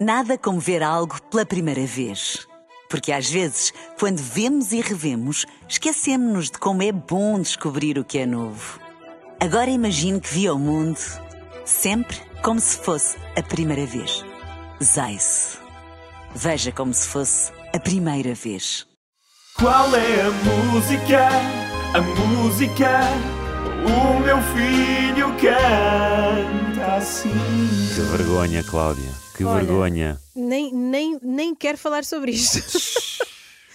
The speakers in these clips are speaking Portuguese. Nada como ver algo pela primeira vez. Porque às vezes, quando vemos e revemos, esquecemos-nos de como é bom descobrir o que é novo. Agora imagine que viu o mundo sempre como se fosse a primeira vez. Zais. Veja como se fosse a primeira vez. Qual é a música? A música? O meu filho canta assim. Que vergonha, Cláudia. Que Olha. vergonha. Nem, nem, nem quero falar sobre isto.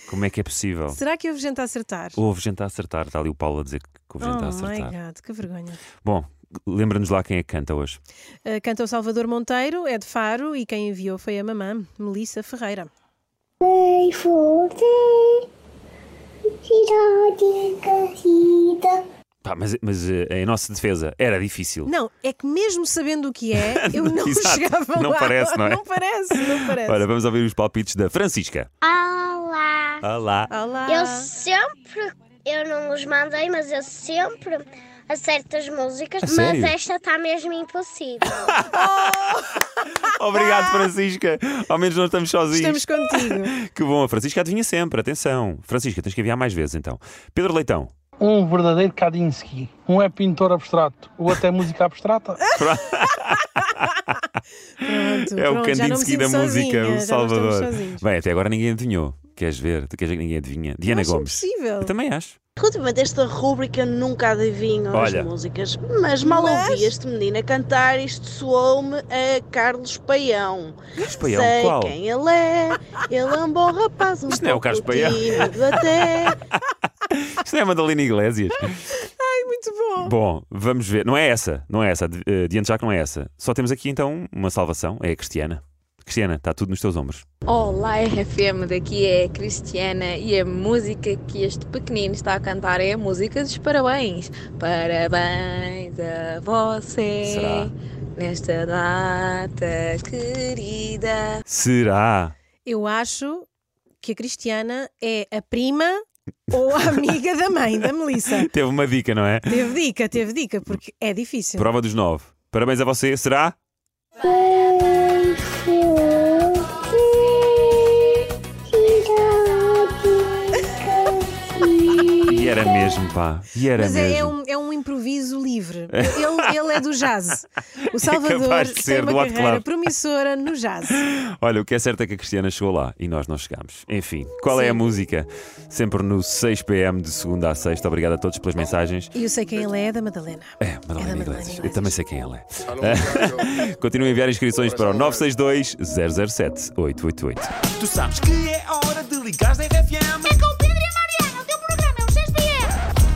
Como é que é possível? Será que houve gente a acertar? Houve gente a acertar. Está ali o Paulo a dizer que houve gente a oh my acertar. god, que vergonha. Bom, lembra-nos lá quem é que canta hoje. Uh, canta o Salvador Monteiro, é de Faro e quem enviou foi a mamã, Melissa Ferreira. Ei, foder, girar de corrida. Pá, mas, mas eh, em nossa defesa, era difícil. Não, é que mesmo sabendo o que é, eu não Exato, chegava não lá. parece, não é? Não parece, não parece. Olha, vamos ouvir os palpites da Francisca. Olá! Olá. Olá. Eu sempre, eu não os mandei, mas eu sempre acerto as músicas, A mas sério? esta está mesmo impossível. Obrigado, Francisca. Ao menos não estamos sozinhos. Estamos contigo. Que bom, a Francisca adivinha sempre, atenção. Francisca, tens que enviar mais vezes então. Pedro Leitão. um verdadeiro Kandinsky. Um é pintor abstrato, o outro é música abstrata. Pronto, é o pronto, já não me Kandinsky da sinto música, sozinha, o já não estamos Salvador. sozinhos. Bem, até agora ninguém adivinhou. Queres ver? Tu queres ver que ninguém adivinha? Diana Acho Gomes. impossível. Eu também acho. Relativamente a esta rúbrica, nunca adivinho Olha. as músicas, mas mal Mas- ouvi este menino a cantar, isto soou-me a Carlos Paião. Carlos Paião, Sei qual? quem ele é, ele é um bom rapaz, um Isto não é o Carlos pouco Paião. tímido até. Isto não é a Madalena Iglesias. Muito bom. Bom, vamos ver. Não é essa, não é essa. Ad- eh, Diana já que não é essa. Só temos aqui então uma salvação, é a Cristiana. Cristiana, está tudo nos teus ombros. Olá RFM, daqui é a Cristiana e a música que este pequenino está a cantar é a música dos parabéns. Parabéns a você Será? nesta data querida. Será? Eu acho que a Cristiana é a prima ou a amiga da mãe, da Melissa. Teve uma dica, não é? Teve dica, teve dica, porque é difícil. Prova dos nove. Parabéns a você, será? Ei, foder, girar de corrida. E é era mesmo, pá. E era Mas é, é mesmo. um, é um improviso livre. Ele, ele é do jazz. O Salvador capaz de ser tem do uma Hot carreira Club. promissora no jazz. Olha, o que é certo é que a Cristiana chegou lá e nós não chegámos. Enfim, qual é a música? Sempre no 6 pm de segunda a sexta. Obrigado a todos pelas mensagens. E eu sei quem ele é, é da Madalena. É, Madalena Madalena Iglesias. Eu Iglesias. também sei quem ela é. Continuem a enviar inscrições para o 962 007 888. Tu sabes que é hora de ligares na RFM. É com Pedro e a Mariana, o teu programa é o 6 PM.